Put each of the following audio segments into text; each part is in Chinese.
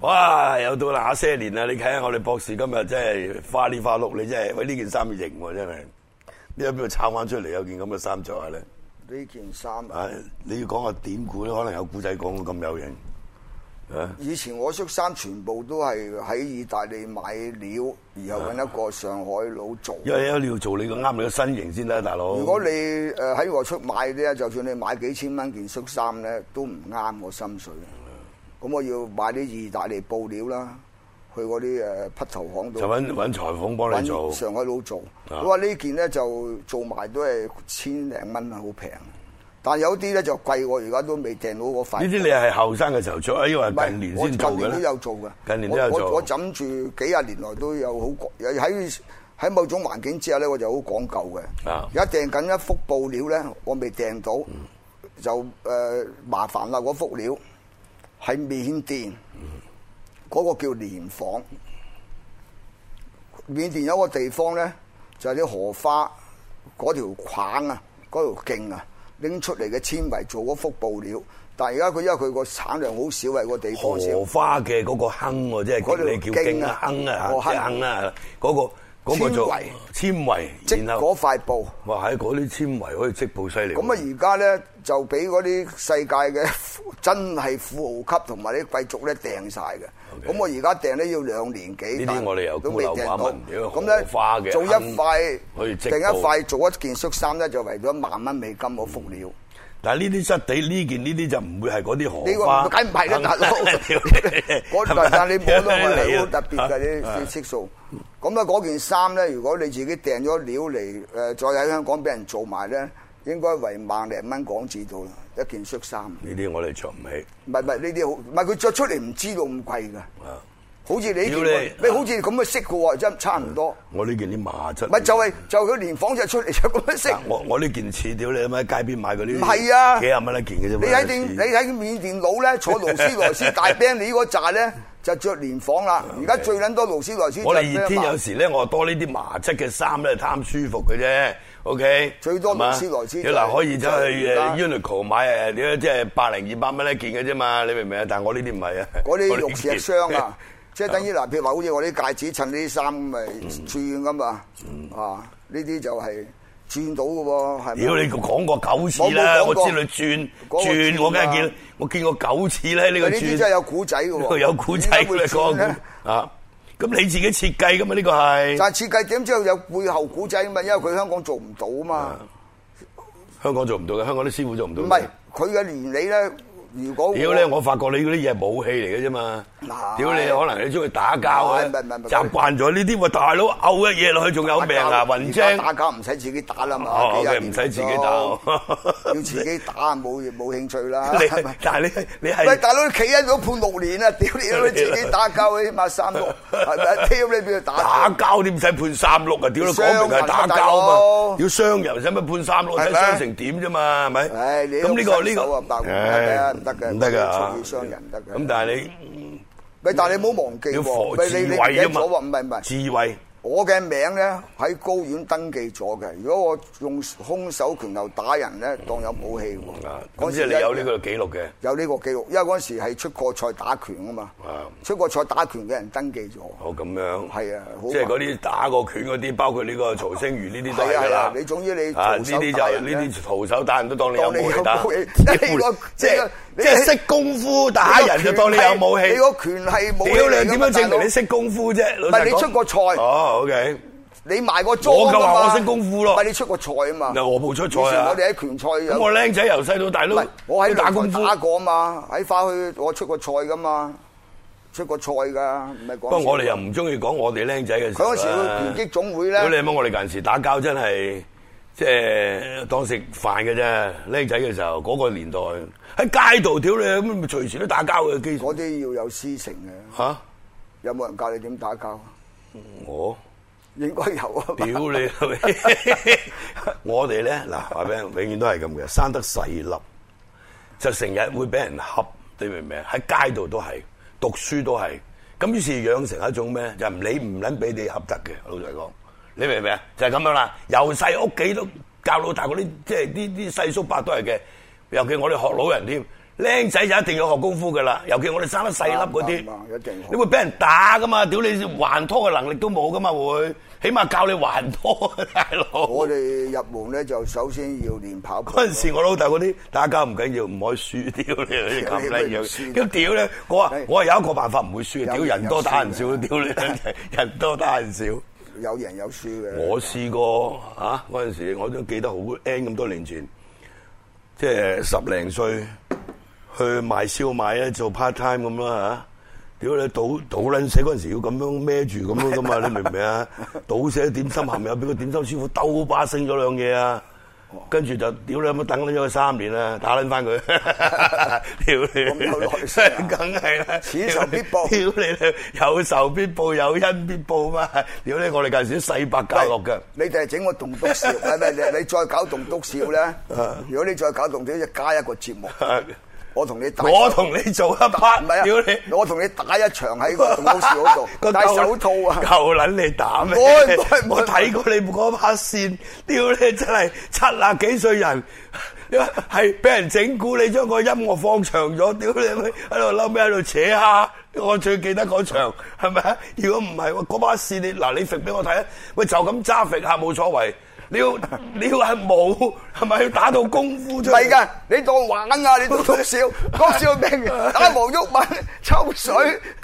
哇！又到那些年啦，你睇下我哋博士今日真係花里花碌，你真係喂呢件衫型喎，真係。你喺邊度抄翻出嚟有件咁嘅衫着下咧？呢件衫啊，啊，你要講個典故咧，可能有古仔講到咁有型。啊，以前我恤衫全部都係喺意大利買料，然後揾一個上海佬做。因為你要做你個啱你個身形先得，大佬。如果你誒喺外出買咧，就算你買幾千蚊件恤衫咧，都唔啱我心水。咁我要買啲意大利布料啦，去嗰啲誒匹頭行度就揾揾裁縫幫你做揾，上海佬做。啊我話呢件咧就做埋都係千零蚊啊，好平。但有啲咧就貴，我而家都未訂到嗰塊。呢啲你係後生嘅時候着，因為唔係近年先做我嘅近年都咧有。做嘅，近年都有我做我我枕住幾廿年來都有好講有喺喺某種環境之下咧，我就好講究嘅。啊而家訂緊一幅布料咧，我未訂到，就誒、呃麻煩啦！嗰幅料喺緬甸，嗰、個叫蓮房。緬甸有一個地方咧，就係、啲荷花嗰條框啊，嗰條徑啊，拎出嚟嘅纖維做嗰幅布料。但係而家佢因為佢個產量好少，係個地方少。荷花嘅嗰個坑喎，即嗰條係你叫徑徑啊啊坑啊，我即坑係坑啊，嗰個嗰個做纖纖即維，然後嗰。塊布。哇！喺嗰啲纖維可以織布犀利喎。咁啊，而家咧就俾嗰啲世界嘅 真係富豪級同埋啲貴族咧訂晒嘅。 OK 咁我而家訂咧要兩年幾，呢啲但我哋又都孤未陋訂寡到聞。屌咁咧荷花嘅做一塊坑可以織訂一布塊做一件恤衫咧，就為咗一萬蚊美金嗰幅料。但係呢啲質地呢件呢啲就唔會係嗰啲呢個荷花。梗唔 係啦，大佬屌。嗰但但你摸到係咪係好特 Ờ, 別嘅啲啊啲色素。咁啊，嗰件衫咧，如果你自己訂咗料嚟誒，再喺香港俾人做埋咧，應該為萬零蚊港紙到啦，一件恤衫。呢啲我哋着唔起。唔係唔係呢啲好，唔係佢着出嚟唔知道咁貴㗎。啊好似你呢件屌你你好似咁嘅色嘅喎，真係差唔多。我呢件啲麻質。咪就係就佢連房就出嚟就咁樣色嗱。我我呢件似屌你咁喺街邊買嗰啲。唔係啊幾廿蚊一件嘅啫嘛。你喺定你喺緬甸佬咧坐勞斯萊斯大兵，你嗰 扎咧就着連房啦。而家最撚多勞斯萊斯就我係哋咩啊嘛。熱天有時咧，我多呢啲麻質嘅衫咧，貪舒服嘅啫。OK，最多係嘛勞斯萊斯你嗱可以就走係去誒而家 Uniqlo 買誒，呃你即係百零二百蚊一件嘅啫嘛，你明唔明啊？但係我呢啲唔係啊，嗰啲我玉呢石件箱啊，即係等於嗱，譬如話好似我啲戒指襯呢啲衫咪嗯轉噶嘛，啊呢啲就係轉到嘅喎，係咪？屌你講過九次啦！我冇講我過知你轉講過轉，我梗係轉見啦我見過九次咧呢個佢呢啊啲真係轉，有古仔嘅呢 喎，個有古仔點解會嘅轉講咧啊！咁你自己設計噶嘛？呢個係但係設計點之後有背後古仔啊嘛，因為佢香港做唔到啊嘛。香港做唔到嘅，香港啲師傅做唔到。唔係，佢嘅原理咧，如果屌你！我發覺你嗰啲嘢係武器嚟嘅啫嘛。嗱屌你！可能你中意打交啊，唔係唔係唔係習慣咗呢啲喎，大佬嘔一嘢落去仲有命啊！打交雲而家打精交唔使自己打啦嘛，哦幾廿 OK，唔使自己打 年咗要自己打冇冇興趣啦。你係咪但係你你喂，係大佬，你企喺度判六年啊！ 屌你老母，你自己打交起碼三六， 係咪？屌你俾佢打打，交點使判三六啊？屌你講明係打傷人啊大交佬嘛，要傷人使乜判三六？係睇咪傷成點啫嘛，係咪？唉你咁呢個喐呢手啊白個，胡唉唔得嘅唔得㗎唔得嘅隨意傷人唔得嘅咁但係你喂，但係你唔好忘記要喎，防喂你智你慧啊記嘛咗喎，唔係唔，係，智慧我嘅名咧喺高院登記咗嘅。如果我用空手拳頭打人咧，當有武器喎啊。！嗰咁即係時你咧有呢個記錄嘅。有呢個記錄，因為嗰陣時係出國賽打拳啊嘛啊，出國賽打拳嘅人登記咗。哦，咁樣係啊好即係嗰啲打過拳嗰啲，包括呢個曹星如呢啲都係㗎係啊係啦啊。你總之你啊呢徒手啲打就人呢啲徒手打人都當你有當你武器有打武器，屌你個即係你個即係識功夫打人就當你有武器。你個拳係武器屌你嚟㗎點嘛樣證大佬明你識功夫啫？老唔係實你講出過賽哦，OK。你賣個裝㗎我夠嘛話我識功夫咯唔係你出過賽啊嘛。嗱我冇出賽啊以前我哋喺拳賽有咁我僆仔由細到大唔都係我喺都打打功夫。打過啊嘛，喺花墟我出過賽㗎嘛，出過賽㗎，唔係講笑。不過我哋又唔中意講我哋僆仔嘅事啦。佢嗰時會拳擊總會咧屌你乜！我哋近時打交真係即係當食飯嘅啫。僆仔嘅時候嗰、個年代喺街度屌你咁咪隨時都打交嘅基嗰啲要有師承嘅。嚇、有冇人教你點打交？啊我。應該有啊。 屌你老 味！我哋咧嗱，話俾你聽永遠都係咁嘅，生得細粒就成日會俾人恰，你明唔明？喺街度都係，讀書都係。咁於是養成一種咩？就唔理唔撚俾你恰得嘅，老實講，你明唔明啊？就係、咁樣啦。由細屋企都教老大嗰啲，即係啲啲細叔伯都係嘅。尤其我哋學老人添，僆仔就一定要學功夫噶啦。尤其我哋生得細粒嗰啱啱啱啲一定要學，你會俾人打噶嘛？屌你還拖嘅能力都冇噶嘛會，起碼教你還拖，啊大 佬。我哋入門咧就首先要練跑步。嗰陣時，我老豆嗰啲打交唔緊要，唔可以輸屌 你咁撚樣。咁屌咧，我話我話有一個辦法唔會輸，屌人多打人少，屌你人多打人少。有贏有輸嘅。我試過嚇嗰陣時，我都記得好 N 咁多年前，即係十零歲去賣燒賣咧，做 part time 咁啦嚇。屌你賭賭撚死嗰陣時要咁樣孭住咁樣噶嘛， 你明唔明啊？賭死點心含又俾個點心師傅兜巴升咗兩嘢啊！跟住就屌你咁等撚咗佢三年啦，打撚翻佢， 屌咁有耐性啊你， 梗係啦，此仇必報屌你有仇必報，有恩必報嘛！屌你，我哋近時都細白教落嘅。你哋係整個棟 篤笑，唔係你你再搞棟篤笑咧？啊如果你再搞棟篤笑，加一個節目，我同你打，我同你做一 part，唔係屌啊，你我同你打一場喺個棟篤笑嗰 個度，戴手套 啊！夠撚你打咩？唔該唔該唔該我睇過你嗰 part 線，屌你真係七啊幾歲人，係俾人整蠱你將個音樂放長咗，屌你咪喺度嬲咩喺度扯下。我最記得嗰場係咪啊？如果唔係喎，嗰 part 線你嗱你揈俾我睇啊！喂，就咁揸揈下冇所謂。你要你要係冇係咪要打到功夫出唔嚟？係㗎，你當玩啊！你棟篤笑，篤笑名打黃毓民、抽水、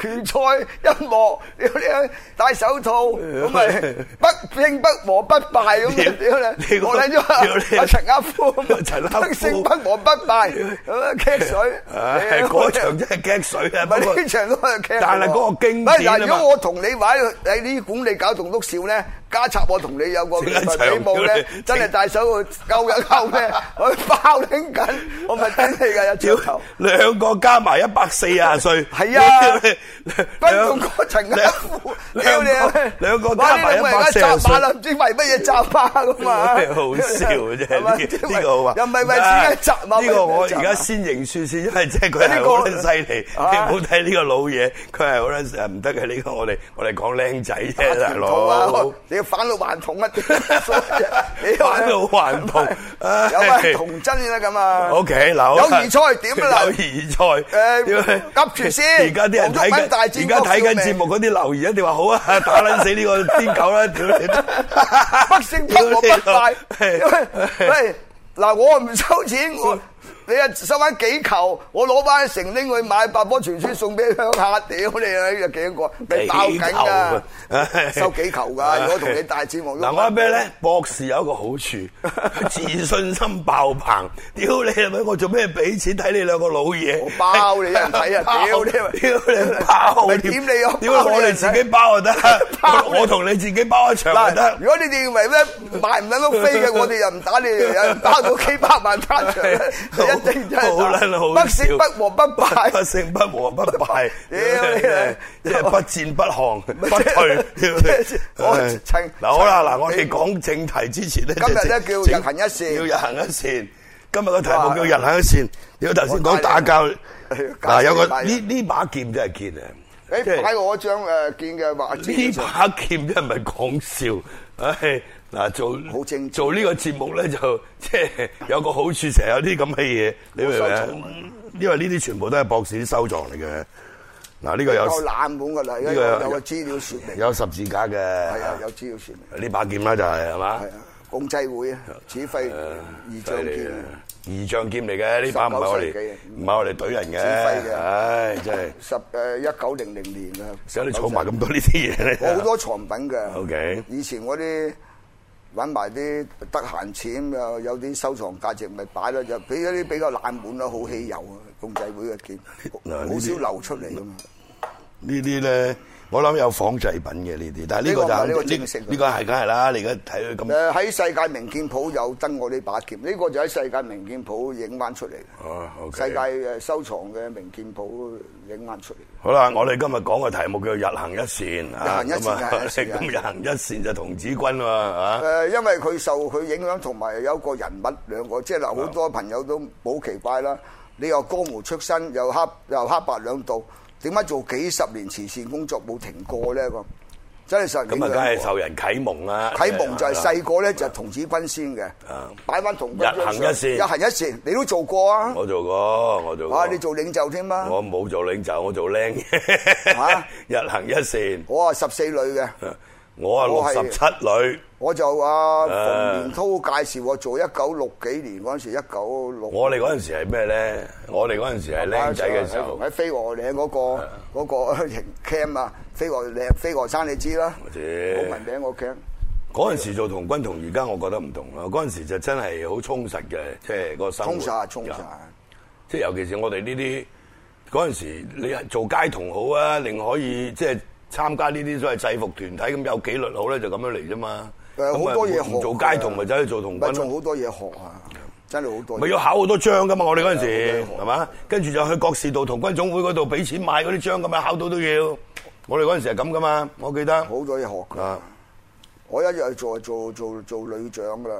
拳賽、音樂，屌你戴手套，咁咪不勝不和不敗咁樣，屌你你！個我睇屌你咗阿陳家夫，陳家不夫勝不和不敗，咁樣棘水。唉，屌嗰場真係激水啊！唔不過係 呢場都係劇，但係嗰個經唔係典啊嗱，嘛如果我同你玩喺呢管理搞棟篤笑咧，加插我同你 有個整一場比武咧屌你， 真係大手去勾緊勾 咩？我爆拎緊，我咪頂你㗎有屌朝頭。兩個加埋一百四啊歲，係啊不兩用嗰陳家富，屌你啊兩！兩個加哇埋你老母一百而四家十炸歲馬啦，唔知為乜嘢炸馬咁 嘛？好笑啊！真係 係嘛呢個呢個好啊，又唔係為自己炸馬，呢個我為自己而炸家馬先認輸先，因為真係佢係呢個好撚犀利，你啊唔好睇呢個老嘢，佢係好撚誒唔得嘅。呢個我哋我哋講僆仔啫，大好啊佬。！你要反老還童啊！ 你返老還童唉 有咩童真先得咁啊 O K，嗱，友誼賽 點啊？友嗱誼賽，誒屌你噏住先啊而家啲人睇黃宗緊，敏大而戰家睇緊郭少節明目嗰啲留言一定話好啊， 打撚死呢個癲狗啦，屌你！ 北勝不和不 敗屌你老喂喂，嗱，我唔收錢，我你啊收翻幾球，我攞翻成拎去買百科全書送俾鄉下，屌你啊！有幾個你爆緊㗎唉， 收幾球㗎？如果同你大戰黃嗱，我話俾你咧，博士有一個好 處，自信心爆棚。屌你係咪？我做咩俾錢睇你兩個老嘢？我包你有人睇 啊包屌你屌你包咪你！點你啊屌包你我哋人自睇己包就得， 包你我我同你自己包一場就嗱，得。如果你哋認為咧買唔撚到飛嘅，我哋又 唔打你，又包到幾百萬單場，一定真係好撚好不勝不和不 不敗。勝不和不敗， 屌你啊 即係不戰不降不退。屌即係你我唉趁嗱好啦，嗱我哋講正題之前咧，今日咧就叫日行一善要日行一善。今日個題目叫日行一善。屌頭先講打交，嗱有個呢呢把劍真係劍啊！即係誒擺我張誒見嘅畫紙呢上。把劍真係唔係講笑，唉嗱做好啊精緻做呢個節目咧就 即係有個好處，成日有啲咁嘅嘢，你明唔明收啊藏啊？因為呢啲全部都係博士啲收藏嚟嘅。嗱呢個有夠冷門㗎啦，而家呢個有有個資料説明，有十字架嘅，係啊，有資料説明，呢把劍啦就係係嘛係啊，共濟會啊，指揮二犀將利劍啊，二將劍嚟嘅呢把唔係我19世紀哋唔係我哋隊人指揮嘅，嘅唉真係十誒一九零零年啊，使你儲埋咁多呢啲嘢咧。我好多藏品嘅。啊 OK 以前我啲揾埋啲得閒錢又有啲收藏價值咪擺咯，就俾一啲比較冷門咯，好稀有啊，共濟會嘅劍，嗱呢啲啊嗯好少流出嚟噶嘛。呢啲咧，我諗有仿製品嘅呢啲，但係呢個呢個唔係呢個就正式嘅呢個係梗係啦。你而家睇佢咁，誒喺世界名劍譜有登我呢把劍，呢、個就喺世界名劍譜影翻出嚟嘅。哦，OK 世界誒收藏嘅名劍譜影翻出嚟。好啦，我哋今日講嘅題目叫日行一善啊，日行一善咁啊 日行一善咁日行一善就童子軍喎啊誒、因為佢受佢影響，同埋有個人物兩個，即係嗱，好多朋友都好奇怪啦。你又江湖出身，又黑又黑白兩道，點解做幾十年慈善工作冇停過咧？咁真係實咁啊，梗係受人啟蒙啦。啟蒙就係細個咧，就係童子軍先嘅啊，擺翻童軍張日相行一善日行一善，你都做過啊？我做過，我做過。啊，你做領袖添啊？我冇做領袖，我做 僆。嚇 日行一善，我啊十四女嘅，我啊我六係十七女，我就啊誒馮年滔介紹我做一九六幾年嗰陣時，一九六我哋嗰陣時係咩咧？我哋嗰陣時係僆仔嘅時候，啊喺飛鵝嶺嗰個嗰個營 cam 啊，飛鵝嶺飛鵝山你知啦，我知冇文名我 cam。嗰陣時做童軍同而家我覺得唔同啦。嗰陣時就真係好充實嘅，即係個生活。衝晒衝晒，即係尤其是我哋呢啲嗰陣時，你係做街童好啊，另可以即係參加呢啲所謂制服團體咁有紀律好咧，就咁樣嚟啫嘛。誒咁啊好多嘢學唔做街童咪走去做童咪軍仲咯，好多嘢學啊，真係好多嘢。咪要考好多章噶嘛？我哋嗰陣時好啊多嘢學係嘛，跟住就去國士道童軍總會嗰度俾錢買嗰啲章咁啊，考到都要。我哋嗰陣時係咁噶嘛，我記得。好多嘢學㗎。啊，我一日做做做做女長㗎啦，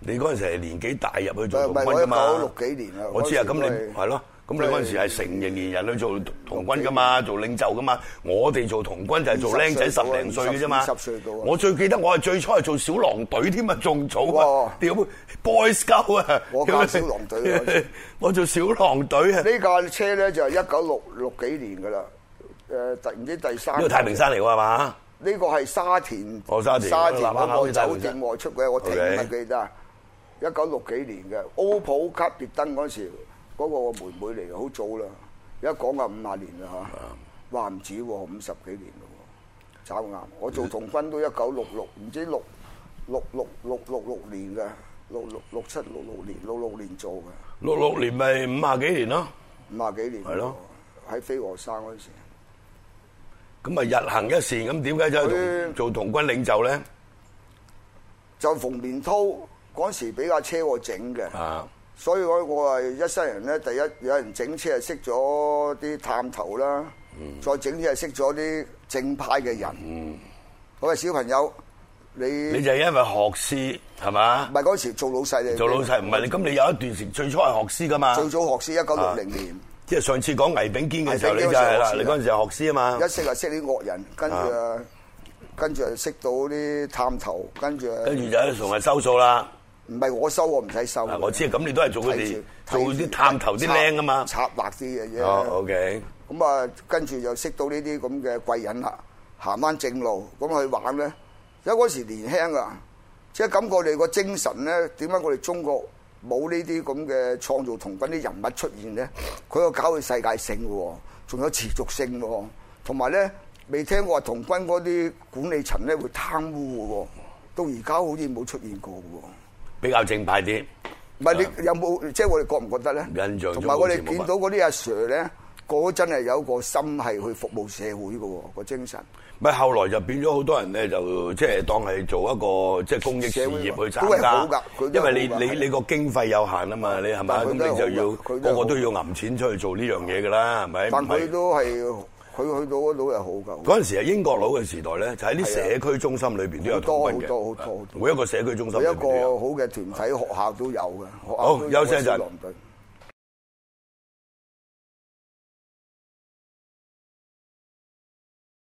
你嗰陣時係年紀大入去做唔童係軍我噶一嘛？九六幾年啊，我知啊，咁嗰時你都係咯，咁你嗰陣時係成年人去做童軍噶嘛，做領袖噶嘛。我哋做童軍就係做僆仔十零歲嘅啫嘛。 20歲到啊我最記得我係最初係做小狼隊添啊，仲早哇啊，屌 boy scout 啊，我搞小狼隊啊嗰陣時 我做小狼隊啊，呢架車咧就係一九六六幾年㗎啦。誒，突然之第三呢個太平山嚟㗎嘛。呢個係沙田，哦沙田沙田南坑嗰口個嘅大酒會店外出嘅，我停 OK 啊記得，一九六幾年嘅歐普級別登嗰時，嗰、個我妹妹嚟嘅，好早啦，而家講啊五廿年啦嚇，話唔止喎，五十幾年咯喎，找啱，我做童軍都一九六六，唔知六六六六六六年嘅，六六六七六六年六六年做嘅，六六年咪五廿幾年咯，五廿幾年係咯，喺飛鵝山嗰陣時。咁咪日行一善，咁點解走去佢同做童軍領袖咧？就馮面滔嗰時俾架車我整嘅，啊，所以我我係一生人咧，第一有人整車係識咗啲探頭啦，嗯再整車係識咗啲正派嘅人。我話小朋友，你你唔就係因為學師係嘛？係嗰時做老細嚟，做老啊細唔係你，咁你有一段時最初係學師噶嘛？最早學師一九六零年，即係上次講倪炳堅嘅時候，倪你炳堅就係嗰啦，時你係嗰陣時係學師啊嘛。一識就識啲惡人，跟住啊，跟住就識到啲探頭，跟住啊跟住就同人收數啦。唔係我收我唔使收嗱，，我知，咁你都係做佢睇哋住做睇住啲探頭啲僆啊嘛。插插畫啲嘅啫。哦，OK，咁啊，跟住又識到呢啲咁嘅貴人啦，行翻正路咁去玩咧。因為嗰時年輕啊，即係感覺我哋個精神咧，點解我哋中國冇呢啲咁嘅創造童軍啲人物出現咧？佢又搞佢世界性嘅喎，仲有持續性嘅喎，同埋咧未聽過話童軍嗰啲管理層咧會貪污嘅喎，到而家好似冇出現過嘅喎。比較正派啲。唔係你有冇即係我哋覺唔覺得咧？啊印象中同埋我哋好似冇乜見到嗰啲阿 Sir 咧，個個真係有個心係去服務社會嘅喎，個精神。咪後來就變咗好多人咧，就即係當係做一個即係公益事業去都參係好加㗎佢，都係因好㗎為你係你你個經費有限啊嘛，你係咪？咁但佢都係你就要好㗎佢都係個好個都要揞錢出去做呢樣嘢㗎啦，係咪？但唔係佢都係佢去到嗰度係好㗎。嗰陣時係英國佬嘅時代咧，就喺啲社區中心裏邊都有童軍嘅啊好多好多好多每一個社區中心佢裏一邊都有。個好嘅團體，學校都有嘅。學校好都有休息一個小陣狼隊